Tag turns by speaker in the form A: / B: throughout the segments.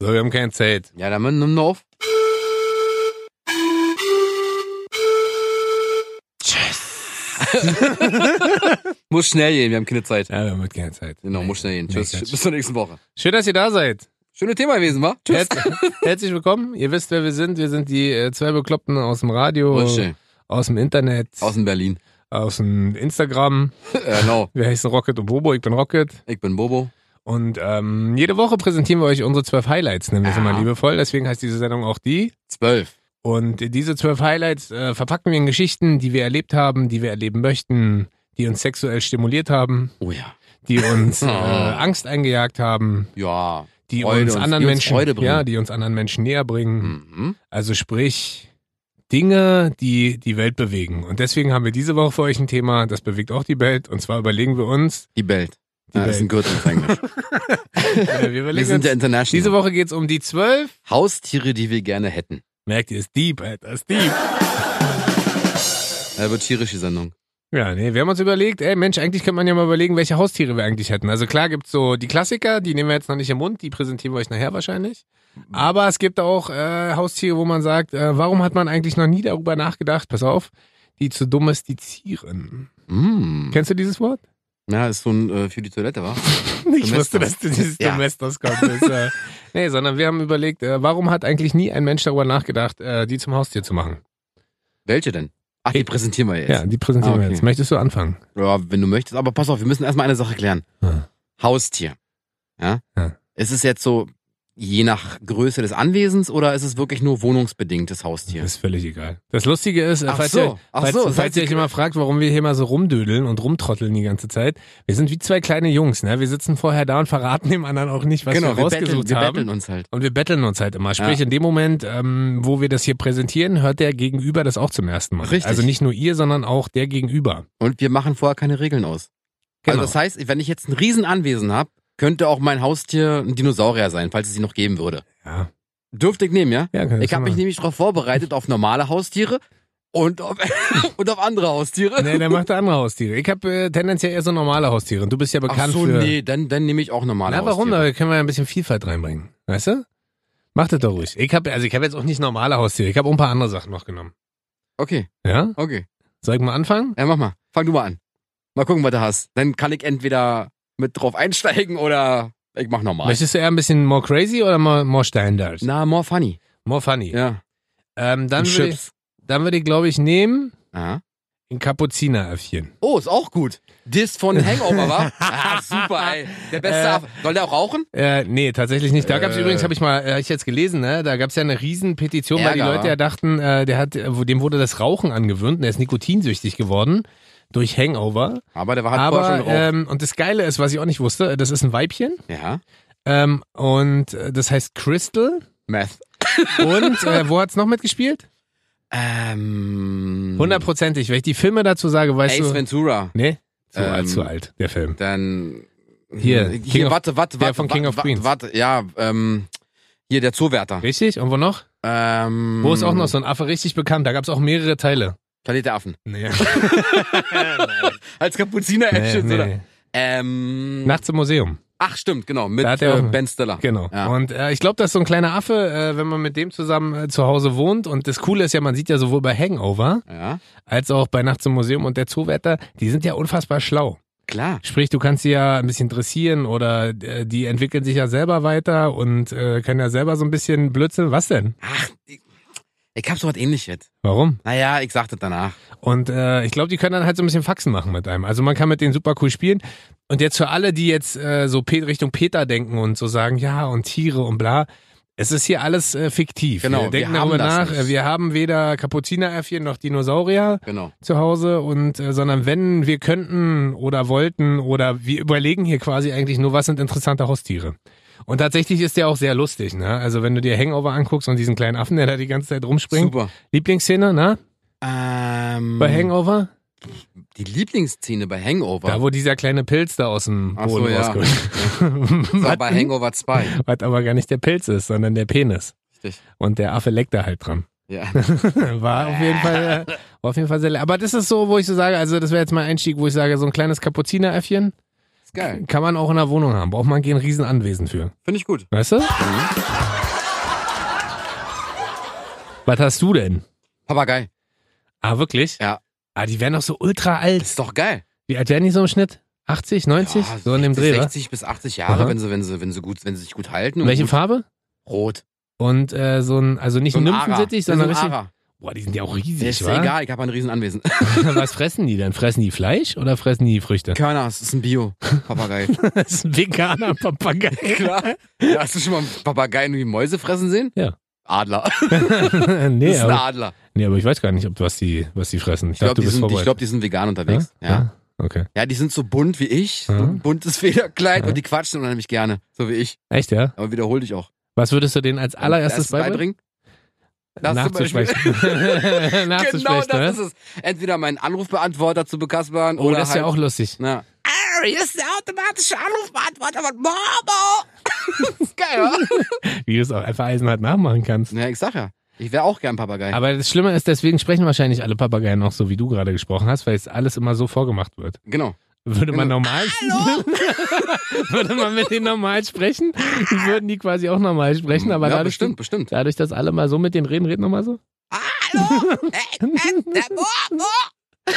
A: So, wir haben keine Zeit.
B: Ja, dann nimm nur auf. Tschüss. muss schnell gehen, wir haben keine Zeit.
A: Ja, wir haben heute keine Zeit.
B: Genau, muss schnell gehen. Tschüss.
A: Nee, Quatsch.
B: Bis zur nächsten Woche.
A: Schön, dass ihr da seid.
B: Schönes Thema gewesen, wa? Tschüss.
A: Herz- Herzlich willkommen. Ihr wisst, wer wir sind. Wir sind die äh, zwei Bekloppten aus dem
B: Oh.
A: Radio,
B: Bullshit.
A: aus dem Internet,
B: Aus
A: aus,
B: dem Berlin.
A: dem Instagram.
B: Äh, Genau.
A: Wir heißen Rocket und Bobo. Ich bin Rocket.
B: Ich bin Bobo.
A: Und ähm, jede Woche präsentieren wir euch unsere zwölf Highlights, nennen wir es
B: Ja.
A: immer liebevoll. Deswegen heißt diese Sendung auch die.
B: Zwölf.
A: Und diese zwölf Highlights äh, verpacken wir in Geschichten, die wir erlebt haben, die wir erleben möchten, die uns sexuell stimuliert haben,
B: Oh ja.
A: die uns äh,
B: Oh.
A: Angst eingejagt haben,
B: Ja.
A: die
B: Freude
A: uns
B: und-
A: anderen
B: die uns
A: Menschen,
B: Freude bringen.
A: ja, die uns anderen Menschen näher bringen.
B: Mhm.
A: Also sprich Dinge, die die Welt bewegen. Und deswegen haben wir diese Woche für euch ein Thema, das bewegt auch die Welt. Und zwar überlegen wir uns,
B: Die Welt.
A: Die
B: ja, Das ist ein Gürtel auf Englisch.
A: äh, wir
B: wir
A: überlegen
B: sind ja
A: uns,
B: international.
A: diese Woche geht's um die zwölf.
B: Haustiere, die wir gerne hätten.
A: Merkt ihr, ist deep, Alter, ist deep.
B: Da Äh, wird tierisch die Sendung.
A: Ja, nee, wir haben uns überlegt, ey Mensch, eigentlich könnte man ja mal überlegen, welche Haustiere wir eigentlich hätten. Also klar gibt's so die Klassiker, die nehmen wir jetzt noch nicht im Mund, die präsentieren wir euch nachher wahrscheinlich. Aber es gibt auch äh, Haustiere, wo man sagt, äh, warum hat man eigentlich noch nie darüber nachgedacht, pass auf, die zu domestizieren.
B: Mm.
A: Kennst du dieses Wort?
B: Ja, ist so ein äh, für die Toilette, wa?
A: Ich
B: Domestos.
A: wusste, dass du dieses
B: Ja.
A: Domestos kommt. Das, äh, nee, sondern wir haben überlegt, äh, warum hat eigentlich nie ein Mensch darüber nachgedacht, äh, die zum Haustier zu machen?
B: Welche denn? Ach, die präsentieren wir jetzt.
A: Ja, die präsentieren
B: Ah,
A: wir
B: okay.
A: jetzt. Möchtest du anfangen?
B: Ja, wenn du möchtest. Aber pass auf, wir müssen erstmal eine Sache klären.
A: Ja.
B: Haustier. Ja?
A: Ja.
B: Ist es jetzt so, je nach Größe des Anwesens oder ist es wirklich nur wohnungsbedingtes Haustier?
A: Das ist völlig egal. Das Lustige ist, äh,
B: Ach
A: falls,
B: so,
A: ihr,
B: ach
A: falls,
B: so, das
A: falls
B: heißt,
A: ihr
B: die-
A: euch immer fragt, warum wir hier mal so rumdödeln und rumtrotteln die ganze Zeit, wir sind wie zwei kleine Jungs, ne? Wir sitzen vorher da und verraten dem anderen auch nicht, was wir
B: Genau, wir
A: rausgesucht
B: betteln, wir
A: haben.
B: betteln uns halt.
A: Und wir betteln uns halt immer. Sprich, in dem Moment, ähm, wo wir das hier präsentieren, hört der Gegenüber das auch zum ersten Mal.
B: Richtig.
A: Also nicht nur ihr, sondern auch der Gegenüber.
B: Und wir machen vorher keine Regeln aus.
A: Genau.
B: Also das heißt, wenn ich jetzt ein Riesenanwesen habe, könnte auch mein Haustier ein Dinosaurier sein, falls es sie noch geben würde.
A: Ja.
B: Dürfte ich nehmen, ja?
A: Ja, kann
B: ich habe mich nämlich darauf vorbereitet, auf normale Haustiere und auf, und auf andere Haustiere.
A: Nee, der macht andere Haustiere. Ich habe äh, tendenziell eher so normale Haustiere. Und du bist ja
B: Ach
A: bekannt
B: so,
A: für.
B: nee, dann, dann nehme ich auch normale
A: Na, warum?
B: Haustiere.
A: Da können wir ja ein bisschen Vielfalt reinbringen. Weißt du? Macht das doch ruhig. Ich habe also ich habe jetzt auch nicht normale Haustiere. Ich habe auch ein paar andere Sachen noch genommen.
B: Okay,
A: Ja?
B: okay.
A: Soll ich mal anfangen?
B: Ja, mach mal. Fang du mal an. Mal gucken, was du hast. Dann kann ich entweder mit drauf einsteigen oder ich mach normal.
A: Möchtest du eher ein bisschen more crazy oder more, more standard?
B: Na, more funny.
A: More funny.
B: Ja.
A: Ähm, dann
B: Und
A: würde ich, dann würde ich glaube ich nehmen
B: Aha.
A: ein Kapuzineräffchen.
B: Oh, ist auch gut. Dis von Hangover, wa? ah, super, ey. Der
A: Äh.
B: beste. Aff- Soll der auch rauchen?
A: Äh, nee, tatsächlich nicht. Da gab's
B: Äh.
A: übrigens, habe ich mal, äh, hab ich jetzt gelesen, ne? da gab's ja eine Riesenpetition, weil die
B: Ärger,
A: Leute
B: wa?
A: ja dachten, äh, der hat, äh, wo- dem wurde das Rauchen angewöhnt, und er ist nikotinsüchtig geworden durch Hangover.
B: Aber der war hat vorher
A: Aber
B: schon geraucht.
A: ähm, und das Geile ist, was ich auch nicht wusste, äh, das ist ein Weibchen
B: ja.
A: ähm, und äh, das heißt Crystal.
B: Meth.
A: Und äh, wo hat's noch mitgespielt?
B: Ähm.
A: Hundertprozentig. Wenn ich die Filme dazu sage, weißt
B: Ace
A: du.
B: Ventura.
A: Nee, zu
B: Ähm,
A: alt, zu alt, der Film.
B: Dann. hm,
A: Hier,
B: hier,
A: King of-
B: warte, warte, warte.
A: der von
B: warte,
A: King of
B: warte,
A: Queens.
B: Warte, ja, ähm. Hier, der Zoowärter.
A: Richtig? Und wo noch?
B: Ähm,
A: Wo ist auch noch so ein Affe richtig bekannt? Da gab's auch mehrere Teile.
B: Planet der Affen.
A: Nee.
B: Als Kapuzineräffchen,
A: nee,
B: oder?
A: nee.
B: Ähm,
A: Nachts im Museum.
B: ach, stimmt, genau. Mit
A: Da hat er
B: äh,
A: auch-
B: Ben Stiller.
A: Genau.
B: Ja.
A: Und äh, ich glaube, dass so ein kleiner Affe, äh, wenn man mit dem zusammen äh, zu Hause wohnt, und das Coole ist ja, man sieht ja sowohl bei Hangover
B: Ja,
A: als auch bei Nachts im Museum und der Zoowärter, die sind ja unfassbar schlau.
B: klar.
A: Sprich, du kannst sie ja ein bisschen dressieren oder äh, die entwickeln sich ja selber weiter und äh, können ja selber so ein bisschen Blödsinn. Was denn?
B: Ach, ich, ich hab so was ähnliches.
A: Warum?
B: Naja, ich sagte danach.
A: Und äh, ich glaube, die können dann halt so ein bisschen Faxen machen mit einem. Also man kann mit denen super cool spielen. Und jetzt für alle, die jetzt äh, so Pe Richtung Peter denken und so sagen, ja, und Tiere und bla. Es ist hier alles äh, fiktiv.
B: Genau,
A: wir denken
B: wir haben
A: darüber
B: das
A: nach.
B: nicht.
A: äh, Wir haben weder Kapuzineräffchen noch Dinosaurier
B: Genau.
A: zu Hause und äh, sondern wenn wir könnten oder wollten oder wir überlegen hier quasi eigentlich nur, was sind interessante Haustiere. Und tatsächlich ist der auch sehr lustig, ne? Also wenn du dir Hangover anguckst und diesen kleinen Affen, der da die ganze Zeit rumspringt.
B: Super.
A: Lieblingsszene, ne?
B: Ähm,
A: Bei Hangover?
B: Die Lieblingsszene bei Hangover.
A: Da, wo dieser kleine Pilz da aus dem
B: Ach so,
A: Boden
B: ja.
A: rauskommt.
B: das war
A: was,
B: bei Hangover 2.
A: was aber gar nicht der Pilz ist, sondern der Penis.
B: Richtig.
A: Und der Affe leckt da halt dran.
B: Ja.
A: War auf jeden Fall, äh, war auf jeden Fall sehr le- Aber das ist so, wo ich so sage, also das wäre jetzt mein Einstieg, wo ich sage, so ein kleines Kapuzineräffchen
B: Ist geil.
A: kann man auch in der Wohnung haben. Braucht man kein Riesenanwesen für.
B: Finde ich gut.
A: Weißt du? Was hast du denn?
B: Papagei.
A: Ah, wirklich?
B: Ja.
A: Ah, die werden doch so ultra alt.
B: Das ist doch geil.
A: Wie alt werden die so im Schnitt? 80, 90?
B: Ja,
A: so in dem Dreh, wa?
B: 60 bis 80 Jahre,
A: Aha.
B: wenn sie, wenn sie, wenn sie gut, wenn sie sich gut halten. und
A: Welche
B: gut
A: Farbe?
B: Rot.
A: Und äh, so ein, also nicht
B: So ein
A: Nymphensittich,
B: Ara.
A: sondern
B: Ja, so ein
A: richtig.
B: Ara.
A: Boah, die sind ja auch
B: Ist
A: riesig, wa?
B: egal, ich habe ein Riesenanwesen.
A: Was fressen die denn? Fressen die Fleisch oder fressen die Früchte?
B: Körner, es ist ein Bio-Papagei.
A: Das ist ein veganer Papagei.
B: Klar. Ja, hast du schon mal Papageien wie Mäuse fressen sehen?
A: Ja.
B: Adler. Das
A: nee,
B: ist ein
A: aber,
B: Adler.
A: nee, aber ich weiß gar nicht, ob, was, die, was die fressen. Ich,
B: Ich glaube,
A: dachte,
B: die,
A: du bist
B: sind- ich
A: vorbei.
B: glaub, die sind vegan unterwegs. Ja. Ja.
A: Ah, Okay.
B: die sind so bunt wie ich. So ein
A: Ja.
B: buntes Federkleid
A: Ja.
B: und die quatschen unheimlich gerne. So wie ich.
A: Echt, ja?
B: Aber wiederhol dich auch.
A: Was würdest du denen als allererstes
B: Erstes
A: beibringen?
B: Das zum
A: Nachzusprechen. Nachzusprechen,
B: genau
A: ne?
B: das ist es. Entweder meinen Anrufbeantworter zu bekaspern
A: Oh,
B: oder
A: das ist
B: halt,
A: ja auch lustig.
B: Na. Ah, hier ist der automatische Anrufbeantworter von Mama. das ist geil, oder?
A: Wie du es auch einfach eisenhart nachmachen kannst.
B: Na, ich sag ja. Ich wäre auch gern Papagei.
A: Aber das Schlimme ist, deswegen sprechen wahrscheinlich alle Papageien auch so, wie du gerade gesprochen hast, weil es alles immer so vorgemacht wird.
B: genau.
A: Würde man
B: Genau.
A: normal würde man mit denen normal sprechen, würden die quasi auch normal sprechen, aber
B: ja,
A: dadurch,
B: bestimmt, bestimmt.
A: dadurch, dass alle mal so mit denen reden, reden nochmal so.
B: Hallo! Hey, hey, der Bo-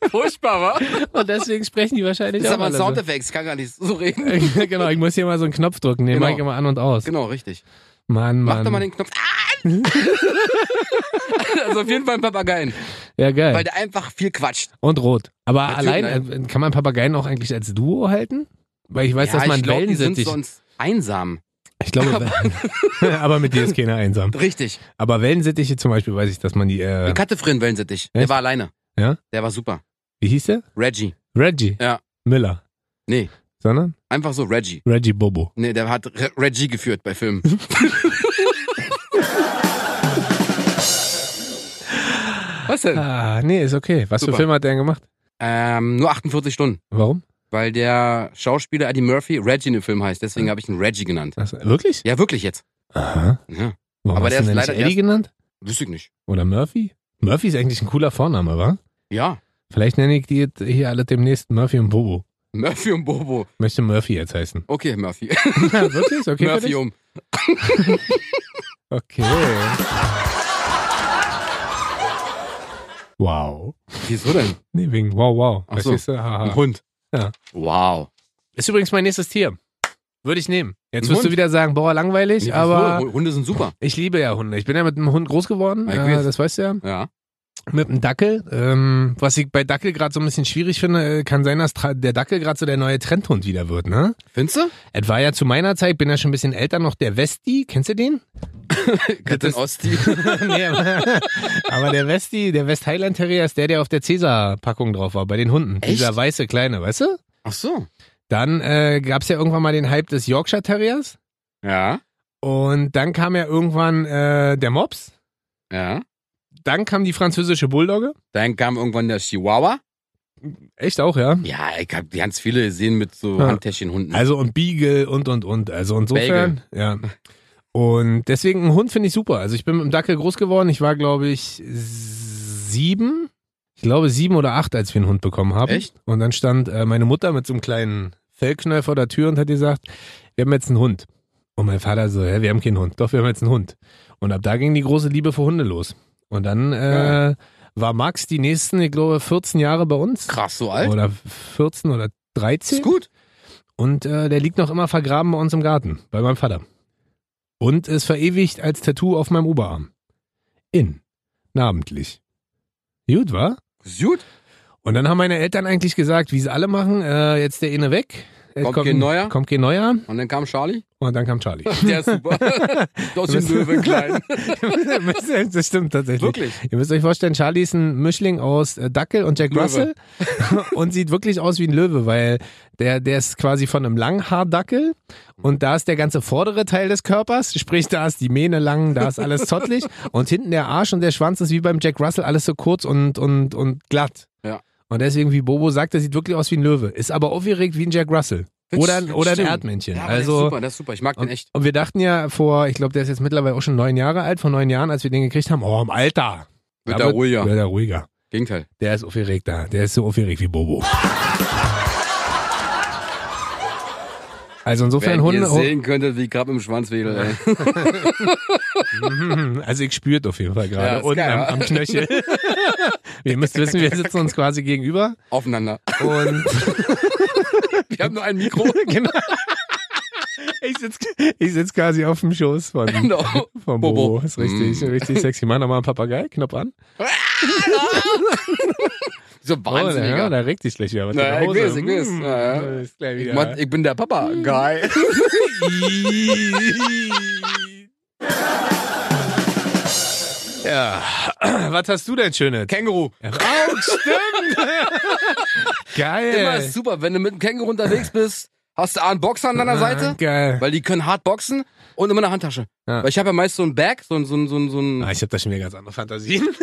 B: Bo- Furchtbar, wa?
A: Und deswegen sprechen die wahrscheinlich
B: Das ist
A: auch
B: aber ein
A: alle so.
B: Soundeffekt, ich kann gar nicht so reden.
A: genau, ich muss hier mal so einen Knopf drücken, den
B: Genau.
A: mach ich immer an und aus.
B: Genau, richtig.
A: Mann,
B: Mach
A: Mann.
B: doch mal den Knopf an! also auf jeden Fall ein Papageien,
A: ja, geil.
B: weil der einfach viel quatscht.
A: Und rot. Aber
B: Natürlich,
A: allein, äh, kann man Papageien auch eigentlich als Duo halten? Weil ich weiß,
B: ja,
A: dass man
B: ich glaub, die sind
A: Wellensittich.
B: sonst einsam.
A: ich glaube, aber mit dir ist keiner einsam.
B: Richtig.
A: Aber Wellensittiche zum Beispiel weiß ich, dass man die, äh,
B: Ich hatte früher einen Wellensittich. Der
A: Echt?
B: war alleine.
A: Ja?
B: Der war super.
A: wie hieß der?
B: Reggie.
A: Reggie.
B: Ja.
A: Miller.
B: Nee.
A: Sondern?
B: Einfach so Reggie.
A: Reggie Bobo.
B: Nee, der hat Re Reggie geführt bei Filmen. Was denn?
A: Ah, nee, ist okay. Was
B: Super.
A: für Filme hat der denn gemacht?
B: Ähm, nur 48 Stunden.
A: Warum?
B: Weil der Schauspieler Eddie Murphy Reggie in dem Film heißt. Deswegen habe ich ihn Reggie genannt.
A: Das, Also, wirklich?
B: Ja, wirklich jetzt.
A: Aha.
B: Ja.
A: Warum
B: Aber
A: hast
B: der
A: du
B: ist
A: ihn denn
B: leider-
A: nicht
B: der
A: Eddie
B: ist-
A: genannt?
B: Wüsste ich nicht.
A: Oder Murphy? Murphy ist eigentlich ein cooler Vorname, wa?
B: Ja.
A: Vielleicht nenne ich die jetzt hier alle demnächst Murphy und Bobo.
B: Murphy und Bobo.
A: Möchte Murphy jetzt heißen.
B: Okay, Murphy.
A: Ja, wirklich? Ist Okay. für
B: Murphy
A: dich?
B: um.
A: Okay. Wow.
B: Wieso denn?
A: Nee, wegen wow, wow.
B: Ach
A: Weißt du,
B: so. Ein
A: haha.
B: Hund.
A: Ah. Ja.
B: Wow.
A: Ist übrigens mein nächstes Tier. Würde ich nehmen. Jetzt
B: Ein
A: wirst du
B: Hund?
A: wieder sagen, boah, langweilig,
B: Nee, wieso?
A: aber
B: Hunde sind super.
A: ich liebe ja Hunde. Ich bin ja mit einem Hund groß geworden,
B: Ja, ich
A: äh,
B: weiß.
A: das weißt du ja.
B: Ja.
A: Mit einem Dackel. Ähm, was ich bei Dackel gerade so ein bisschen schwierig finde, äh, kann sein, dass tra- der Dackel gerade so der neue Trendhund wieder wird, ne?
B: Findest du?
A: Es war ja zu meiner Zeit, bin ja schon ein bisschen älter, noch der Westi. Kennst du den?
B: Captain
A: ist-
B: Osti.
A: nee, aber, aber der Westi, der West Highland Terrier ist der, der auf der Cäsar-Packung drauf war, bei den Hunden.
B: Echt?
A: Dieser weiße kleine, weißt du?
B: Ach so.
A: Dann äh, gab es ja irgendwann mal den Hype des Yorkshire Terriers.
B: Ja.
A: Und dann kam ja irgendwann äh, der Mops.
B: Ja.
A: Dann kam die französische Bulldogge.
B: Dann kam irgendwann der Chihuahua.
A: Echt auch, ja.
B: Ja, ich hab ganz viele gesehen mit so
A: Ja.
B: Handtäschchenhunden.
A: Also und Beagle und und und. Also insofern, ja. Und deswegen, ein Hund finde ich super. Also ich bin mit dem Dackel groß geworden. Ich war, glaube ich, sieben. Ich glaube sieben oder acht, als wir einen Hund bekommen haben.
B: Echt?
A: Und dann stand äh, meine Mutter mit so einem kleinen Fellknäuel vor der Tür und hat gesagt, wir haben jetzt einen Hund. Und mein Vater so, ja, wir haben keinen Hund. Doch, wir haben jetzt einen Hund. Und ab da ging die große Liebe für Hunde los. Und dann äh, war Max die nächsten, ich glaube, 14 Jahre bei uns.
B: Krass, so alt.
A: Oder 14 oder 13.
B: Ist gut.
A: Und äh, der liegt noch immer vergraben bei uns im Garten, bei meinem Vater. Und ist verewigt als Tattoo auf meinem Oberarm. In. Namentlich. Gut, wa?
B: Ist gut.
A: Und dann haben meine Eltern eigentlich gesagt, wie sie alle machen, äh, jetzt der eine weg. Jetzt
B: Kommt kein
A: ein-
B: neuer.
A: Kommt kein neuer.
B: Und dann kam Charlie.
A: Und dann kam Charlie.
B: Der ist super. Doch wie ein Löwe, klein.
A: Ihr müsst euch- das stimmt tatsächlich.
B: Wirklich.
A: Ihr müsst euch vorstellen, Charlie ist ein Mischling aus äh, Dackel und Jack
B: Löwe.
A: Russell und sieht wirklich aus wie ein Löwe, weil der, der ist quasi von einem Langhaardackel und da ist der ganze vordere Teil des Körpers, sprich da ist die Mähne lang, da ist alles zottlig und hinten der Arsch und der Schwanz ist wie beim Jack Russell alles so kurz und, und, und glatt.
B: Ja.
A: Und deswegen, wie Bobo sagt, der sieht wirklich aus wie ein Löwe, ist aber aufgeregt wie ein Jack Russell.
B: Das
A: Oder,
B: stimmt.
A: oder ein Erdmännchen.
B: Ja, aber der ist
A: also,
B: super, der ist super. Ich mag den
A: und,
B: echt.
A: und wir dachten ja vor, ich glaube, der ist jetzt mittlerweile auch schon neun Jahre alt, vor neun Jahren, als wir den gekriegt haben, oh, im Alter.
B: Wird
A: da
B: er ruhiger.
A: Wird er ruhiger.
B: Gegenteil.
A: Der ist aufgeregt da. Der ist so aufgeregt wie Bobo. Also insofern
B: Wenn ihr
A: Hunde.
B: sehen könntet, wie ich gerade im Schwanz wedel, ey.
A: Also ich spürt auf jeden Fall gerade
B: Ja, ist
A: unten
B: geil,
A: am,
B: wa?
A: am Knöchel. Ihr müsst wissen, wir sitzen uns quasi gegenüber
B: Aufeinander.
A: und
B: Wir haben nur ein Mikro.
A: genau. Ich sitze ich sitz quasi auf dem Schoß von,
B: genau.
A: von Bobo.
B: Bobo.
A: Ist richtig,
B: Mm.
A: richtig sexy. Mach nochmal einen Papagei, Knopf an.
B: So
A: Oh, ja,
B: wahnsinniger.
A: da regt dich gleich wieder was.
B: Na,
A: in der
B: ich
A: Hose.
B: weiß, ich weiß.
A: Mm,
B: Ja, ja.
A: da Ist gleich
B: ich,
A: wieder. Mhm.
B: mein, ich bin der Papa. Geil.
A: ja, was hast du denn Schönes?
B: Känguru.
A: Oh, stimmt!
B: Immer ist
A: Geil!
B: super, wenn du mit einem Känguru unterwegs bist, hast du A, einen Boxer an deiner Seite,
A: Ah, Geil.
B: weil die können hart boxen und immer eine Handtasche.
A: Ja.
B: Weil ich habe ja meist so ein Bag, so ein, so ein, so ein, so ein
A: Ah, ich habe da schon wieder ganz andere Fantasien.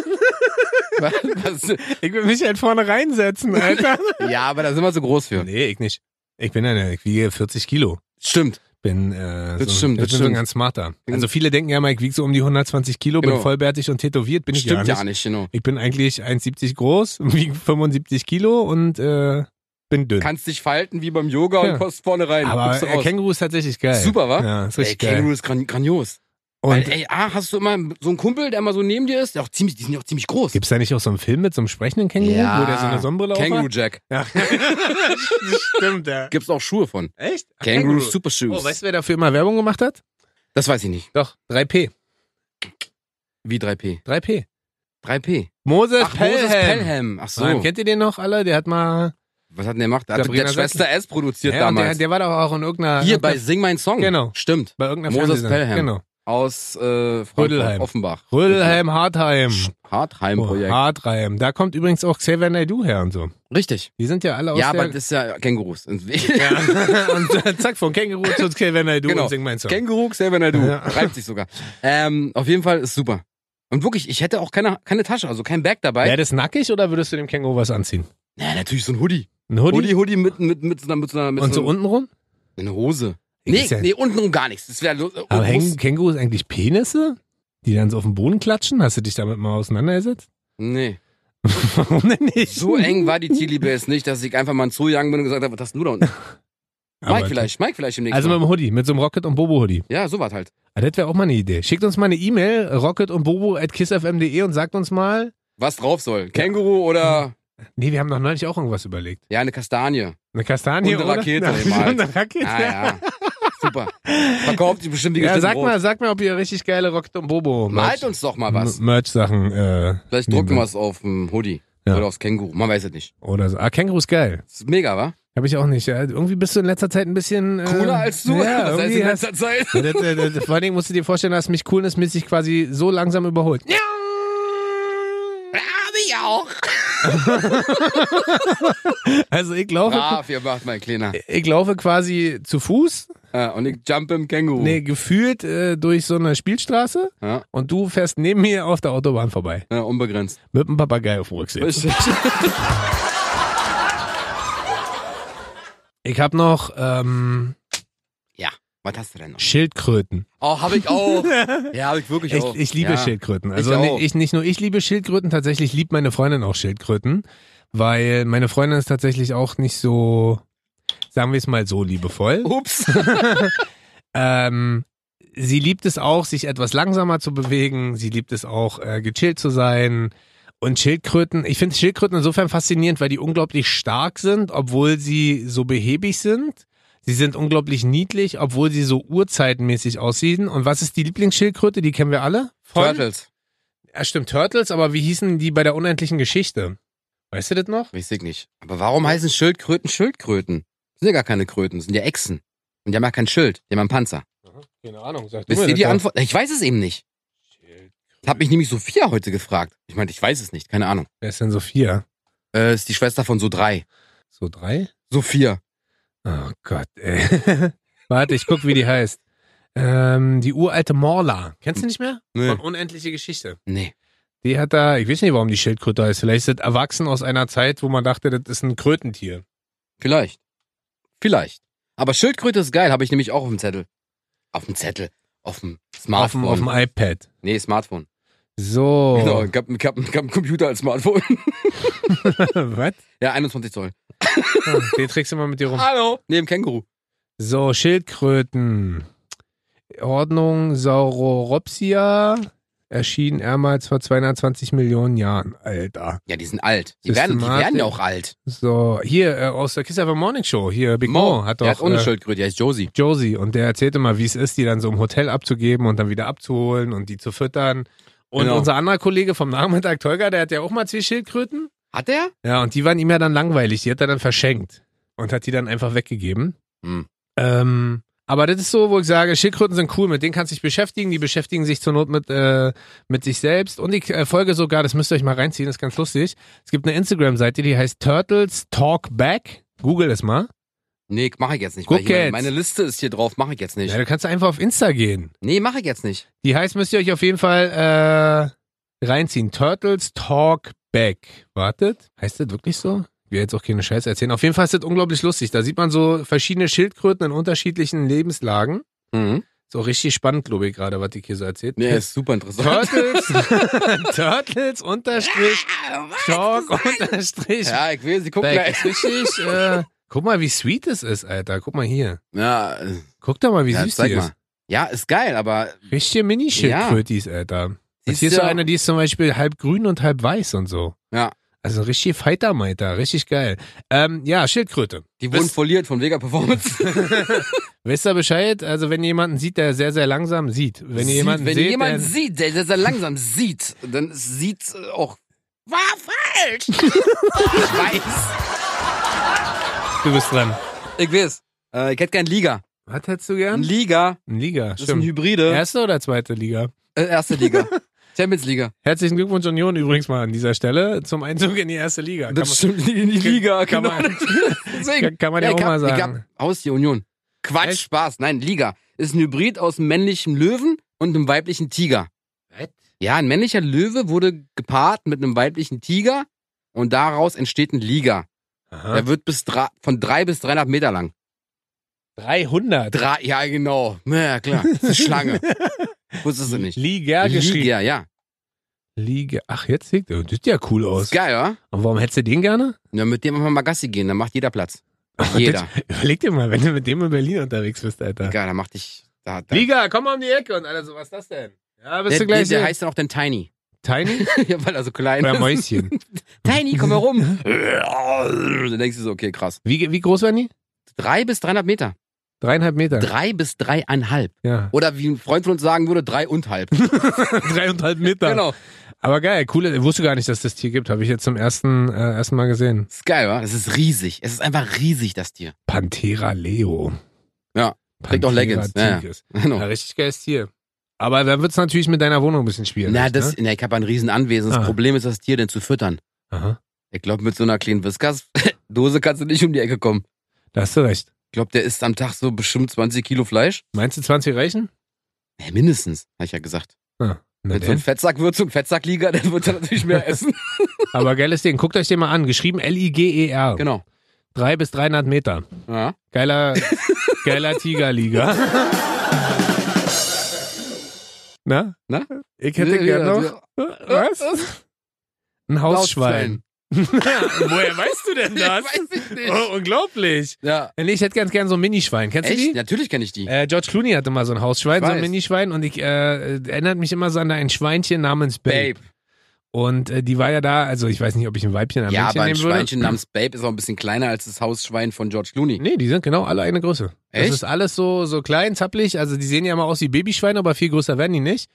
B: Was?
A: Ich will mich halt vorne reinsetzen, Alter.
B: ja, aber da sind wir zu groß für.
A: nee, ich nicht. Ich bin eine, ich wiege 40 Kilo.
B: Stimmt.
A: Bin, äh,
B: Das
A: so,
B: stimmt,
A: ich
B: das
A: bin so ein
B: stimmt.
A: ganz smarter. Also viele denken ja mal, ich wiege so um die 120 Kilo, bin
B: Genau.
A: vollbärtig und tätowiert, bin ich
B: Stimmt
A: gar nicht.
B: ja nicht, genau.
A: Ich bin eigentlich 1,70 groß, wiege 75 Kilo und äh, bin dünn.
B: Kannst dich falten wie beim Yoga
A: Ja.
B: und kommst vorne rein.
A: Aber
B: guckst du
A: äh,
B: raus.
A: Känguru ist tatsächlich geil.
B: Super, wa?
A: Ja, ist
B: Ey,
A: richtig
B: Känguru
A: geil.
B: ist gran grandios.
A: Und
B: Weil, ey, ah, hast du immer so einen Kumpel, der immer so neben dir ist? Der auch ziemlich, die sind ja auch ziemlich groß.
A: gibt's da nicht auch so einen Film mit so einem sprechenden Känguru,
B: Ja.
A: wo der so eine Sonnenbrille auf
B: Känguru
A: hat?
B: Jack.
A: Ja. Stimmt, ja.
B: Gibt's auch Schuhe von.
A: Echt?
B: Känguru Super Shoes.
A: Oh, weißt du, wer dafür immer Werbung gemacht hat?
B: das weiß ich nicht.
A: Doch, 3P.
B: Wie 3P.
A: 3P.
B: 3P.
A: Moses
B: Ach,
A: Pelham.
B: Moses Pelham. Ach so.
A: Mann, kennt ihr den noch alle? Der hat mal.
B: Was hat denn der gemacht? Der hat
A: Sabrina
B: der Schwester S produziert
A: Ja, und der,
B: damals.
A: der war doch auch in irgendeiner.
B: Hier bei Sing Mein Song.
A: Genau.
B: Stimmt.
A: bei irgendeiner
B: Moses
A: Fernsehsendung.
B: Pelham.
A: Genau.
B: Aus äh,
A: Rödelheim.
B: Frankfurt, Offenbach.
A: Rödelheim, Hartheim. Oh,
B: Hartheim-Projekt.
A: Hartheim. Da kommt übrigens auch Xavier Naidoo her und so.
B: Richtig.
A: Die sind ja alle aus
B: ja,
A: der.
B: aber das ist ja Kängurus.
A: ja. und äh, zack, von Känguru zu Xavier Naidoo
B: Genau.
A: und sing mein Song.
B: Känguru, Xavier Naidoo.
A: Ja.
B: Reibt sich sogar. Ähm, auf jeden Fall ist super. Und wirklich, ich hätte auch keine, keine Tasche, also kein Bag dabei.
A: Wäre das nackig oder würdest du dem Känguru was anziehen?
B: Na, natürlich so ein Hoodie.
A: Ein Hoodie?
B: Hoodie, Hoodie mit, mit, mit so einer, mit so einer, mit
A: und so
B: einer,
A: unten rum?
B: eine Hose. Nee,
A: Ist ja-
B: nee, untenrum gar nichts. Das wäre äh,
A: Aber hängen
B: muss-
A: Kängurus eigentlich Penisse? Die dann so auf den Boden klatschen? Hast du dich damit mal auseinandergesetzt?
B: Nee.
A: Warum denn nicht?
B: So eng war die Chili Base nicht, dass ich einfach mal zugegangen bin und gesagt habe, was hast denn du da unten?
A: Aber-
B: Mike vielleicht, Mike vielleicht im nächsten
A: Also mit
B: Mal.
A: dem Hoodie, mit so einem Rocket und Bobo Hoodie.
B: Ja, sowas halt.
A: Ah, das wäre auch mal eine Idee. Schickt uns mal eine E-Mail, rocket und bobo at kissfm.de und sagt uns mal,
B: Was drauf soll. Känguru oder
A: nee, wir haben doch neulich auch irgendwas überlegt.
B: ja, eine Kastanie.
A: Eine Kastanie
B: Und eine
A: oder?
B: Rakete,
A: Na,
B: ey, mal.
A: und eine Rakete.
B: Ah, ja. Super. Verkauft sich bestimmt wie
A: Ja,
B: geschnitten
A: sag
B: Brot.
A: mal, sag mal, ob ihr richtig geile Rocket Halt und Bobo
B: Malt uns doch mal was.
A: M- Merch-Sachen äh,
B: Vielleicht drucken
A: nehmen
B: wir es auf dem Hoodie.
A: Ja.
B: Oder aufs Känguru. Man weiß es nicht.
A: Oder so. Ah, Känguru ist geil.
B: Ist mega, wa?
A: Hab ich auch nicht. Ja, irgendwie bist du in letzter Zeit ein bisschen. Äh,
B: Cooler als du.
A: Ja,
B: das heißt in
A: irgendwie hast,
B: letzter Zeit.
A: Ja, das, äh, das, vor allen Dingen musst du dir vorstellen, dass mich coolnessmäßig quasi so langsam überholt. Ja.
B: Ja, ich auch.
A: Also ich laufe,
B: Brav, ihr macht mein Kleiner.
A: ich laufe quasi zu Fuß,
B: Ja, und ich jump im Känguru.
A: nee, gefühlt äh, durch so eine Spielstraße
B: Ja,
A: und du fährst neben mir auf der Autobahn vorbei.
B: ja, unbegrenzt.
A: Mit einem Papagei auf dem Rücksitz.
B: Richtig.
A: Ich habe noch ähm,
B: ja, was hast du denn noch?
A: Schildkröten.
B: Oh, hab ich auch. Ja, hab ich wirklich
A: Ich,
B: auch.
A: ich liebe
B: ja.
A: Schildkröten. Also
B: Ich
A: ni-
B: auch.
A: ich, nicht nur ich liebe Schildkröten, tatsächlich liebt meine Freundin auch Schildkröten, weil meine Freundin ist tatsächlich auch nicht so, sagen wir es mal so, liebevoll.
B: Ups.
A: Ähm, sie liebt es auch, sich etwas langsamer zu bewegen. Sie liebt es auch, äh, gechillt zu sein. Und Schildkröten, ich finde Schildkröten insofern faszinierend, weil die unglaublich stark sind, obwohl sie so behäbig sind. Sie sind unglaublich niedlich, obwohl sie so urzeitenmäßig aussehen. Und was ist die Lieblingsschildkröte? Die kennen wir alle. Von-
B: Turtles.
A: Ja, stimmt, Turtles, aber wie hießen die bei der unendlichen Geschichte? Weißt du das noch?
B: Weiß ich nicht. Aber warum heißen Schildkröten Schildkröten? Das sind ja gar keine Kröten, das sind ja Echsen. Und die haben ja kein Schild, die haben einen Panzer.
A: Keine Ahnung, sag
B: Wisst ihr die Antwort? Ich weiß es eben nicht. Das hat mich nämlich Sophia heute gefragt. Ich meinte, ich weiß es nicht, keine Ahnung.
A: Wer ist denn Sophia?
B: Äh, ist die Schwester von so drei.
A: So drei?
B: Sophia.
A: Oh Gott, ey. Warte, ich guck, wie die heißt. Ähm, die uralte Morla. Kennst du nicht mehr?
B: Nee.
A: Von Unendliche Geschichte.
B: Nee.
A: Die hat da, ich weiß nicht, warum die Schildkröte heißt. Vielleicht ist das erwachsen aus einer Zeit, wo man dachte, das ist ein Krötentier.
B: Vielleicht. Vielleicht. Aber Schildkröte ist geil, habe ich nämlich auch auf dem Zettel. Auf dem Zettel. Auf dem
A: Auf
B: Smartphone.
A: dem, Oh. auf dem iPad.
B: nee, Smartphone.
A: So.
B: Genau, ich hab, ich, hab, ich hab einen Computer als Smartphone.
A: Was?
B: ja, 21 Zoll.
A: Den trägst du mal mit dir rum.
B: Hallo. Neben Känguru.
A: So, Schildkröten. Ordnung Sauroropsia erschien erstmals vor 220 Millionen Jahren. Alter.
B: Ja, die sind alt. Die werden, die
A: Systematik.
B: werden ja auch alt.
A: So, hier äh, aus der Kiss Ever Morning Show, hier Big Mo, hat
B: der hat
A: doch
B: ohne
A: äh,
B: Schildkröte, der ist Josie.
A: Josie und der erzählte mal, wie es ist, die dann so im Hotel abzugeben und dann wieder abzuholen und die zu füttern. Und
B: Genau.
A: unser anderer Kollege vom Nachmittag, Tolga, der hat ja auch mal zwei Schildkröten.
B: Hat der?
A: Ja, und die waren ihm ja dann langweilig, die hat er dann verschenkt und hat die dann einfach weggegeben.
B: Hm.
A: Ähm, aber das ist so, wo ich sage, Schildkröten sind cool, mit denen kannst du dich beschäftigen, die beschäftigen sich zur Not mit, äh, mit sich selbst. Und ich äh, folge sogar, das müsst ihr euch mal reinziehen, das ist ganz lustig. Es gibt eine Instagram-Seite, die heißt Turtles Talk Back. Google es mal.
B: Nee, mache ich jetzt nicht.
A: Guck
B: weil ich meine,
A: jetzt.
B: meine Liste ist hier drauf, mache ich jetzt nicht.
A: Ja, du kannst einfach auf Insta gehen.
B: Nee, mache ich jetzt nicht.
A: Die heißt, müsst ihr euch auf jeden Fall äh, reinziehen. Turtles Talk Back. Wartet. Heißt das wirklich so? Ich will jetzt auch keine Scheiße erzählen. Auf jeden Fall ist das unglaublich lustig. Da sieht man so verschiedene Schildkröten in unterschiedlichen Lebenslagen.
B: Mhm.
A: So richtig spannend, glaube ich, gerade, was ich hier so erzählt.
B: Nee, ist super interessant.
A: Turtles, Turtles unterstrich, Talk unterstrich.
B: Äh, Ja, ich will sie gucken.
A: Back.
B: gleich.
A: Ist richtig, äh, guck mal, wie sweet es ist, Alter. Guck mal hier.
B: Ja, äh,
A: Guck doch mal, wie
B: ja,
A: süß
B: zeig
A: die
B: mal.
A: ist.
B: Ja, ist geil, aber
A: Richtige Minischildkrötis, Alter. Und
B: siehst
A: hier ist
B: du-
A: so eine, die ist zum Beispiel halb grün und halb weiß und so.
B: Ja.
A: Also richtig Fightermeiter, richtig geil. Ähm, ja, Schildkröte.
B: die wurden
A: Wisst-
B: foliert von Vega Performance.
A: Wisst ihr Bescheid? Also wenn ihr jemanden sieht, der sehr, sehr langsam sieht. Wenn ihr
B: Sieht-
A: jemanden
B: wenn
A: seht,
B: jemand
A: der-
B: sieht, der sehr, sehr langsam sieht, dann sieht äh, auch war falsch. ich weiß.
A: du bist dran.
B: Ich weiß. Äh, ich hätte gern Liga.
A: Was hättest du
B: Ein
A: gern?
B: Liga,
A: Ein Liga,
B: das ist ein
A: Hm? stimmt.
B: Hybride.
A: Erste oder zweite Liga?
B: Äh, erste Liga. Champions Liga.
A: Herzlichen Glückwunsch Union übrigens mal an dieser Stelle zum Einzug in die erste Liga. Kann
B: Das stimmt, in die Liga.
A: kann
B: genau.
A: man- man,
B: Deswegen.
A: kann, kann man ja,
B: ich
A: auch mal
B: hab-
A: sagen.
B: Ich hab Haustier Union. Quatsch,
A: Echt?
B: Spaß. Nein, Liga. Ist ein Hybrid aus einem männlichen Löwen und einem weiblichen Tiger.
A: Was?
B: Ja, ein männlicher Löwe wurde gepaart mit einem weiblichen Tiger und daraus entsteht ein Liga.
A: Aha.
B: Der wird bis dra- von drei bis dreieinhalb Meter lang.
A: 300.
B: Drei, ja, genau. Na ja, klar. Das ist eine Schlange. Wusstest du nicht.
A: Liga geschrieben.
B: Liga, ja.
A: Liga. Ach, jetzt sieht das sieht ja cool
B: Ist
A: aus.
B: geil, oder?
A: Und warum hättest du den gerne?
B: Ja, mit dem einfach mal Gassi gehen, dann macht jeder Platz. Jeder.
A: Überleg dir mal, wenn du mit dem in Berlin unterwegs bist, Alter.
B: Egal, da macht dich. Da, da.
A: Liga, komm mal um die Ecke und alles so, was ist das denn? Ja, bist
B: der,
A: du gleich
B: der,
A: sehen.
B: der heißt dann auch dann Tiny.
A: Tiny
B: ja, weil er so klein
A: oder
B: ist.
A: Mäuschen?
B: Tiny, komm herum. Dann denkst du so, okay, krass.
A: Wie, wie groß waren die?
B: Drei bis dreieinhalb Meter.
A: Dreieinhalb Meter.
B: Drei Oh. bis dreieinhalb.
A: Ja.
B: Oder wie ein Freund von uns sagen würde, drei und halb.
A: Dreieinhalb Meter.
B: genau.
A: Aber geil, coole, ich wusste gar nicht, dass das Tier gibt. Habe ich jetzt zum ersten, äh, ersten Mal gesehen.
B: Ist geil, wa? Es ist riesig. Es ist einfach riesig, das Tier.
A: Panthera Leo.
B: Ja, trägt auch Leggings. Ja, ja.
A: Tigris. Ja,
B: Genau.
A: richtig geiles Tier. Aber dann wird's natürlich mit deiner Wohnung ein bisschen schwierig.
B: Na, das,
A: Ne?
B: na, ich habe ein riesen Anwesen. Das
A: Ah.
B: Problem ist, das Tier denn zu füttern.
A: Aha,
B: Ich glaube, mit so einer kleinen Whiskas-Dose kannst du nicht um die Ecke kommen.
A: da hast du recht.
B: Ich glaube, der isst am Tag so bestimmt 20 Kilo Fleisch.
A: Meinst du 20 reichen?
B: Ja, mindestens, habe ich ja gesagt.
A: Ah, na
B: Wenn so ein
A: denn.
B: Fettsack wird, so ein Fettsackliga, dann wird er natürlich mehr essen.
A: Aber geiles Ding. Guckt euch den mal an. Geschrieben L-I-G-E-R.
B: genau.
A: E Drei bis 300 Meter.
B: Ja.
A: Geiler, geiler Tigerliga. Na?
B: Na?
A: Ich hätte gern noch. Was? Ein Hausschwein. Woher weißt du denn
B: Ja, weiß ich nicht.
A: Oh, unglaublich.
B: Ja.
A: Nee, ich hätte ganz gern so ein Minischwein. Kennst du
B: Echt?
A: die?
B: Natürlich kenne ich die.
A: Äh, George Clooney hatte mal so ein Hausschwein,
B: Ich
A: so ein
B: weiß.
A: Minischwein und ich äh, erinnert mich immer so an ein Schweinchen namens Babe.
B: Babe.
A: Und äh, die war ja da, also ich weiß nicht, ob ich ein Weibchen oder ein
B: Ja,
A: Männchen
B: aber ein
A: nehmen würde.
B: Schweinchen namens Babe ist auch ein bisschen kleiner als das Hausschwein von George Clooney.
A: Nee, die sind genau alle eine Größe.
B: Echt?
A: Das ist alles so, so klein, zappelig. Also die sehen ja immer aus wie Babyschweine, aber viel größer werden die nicht.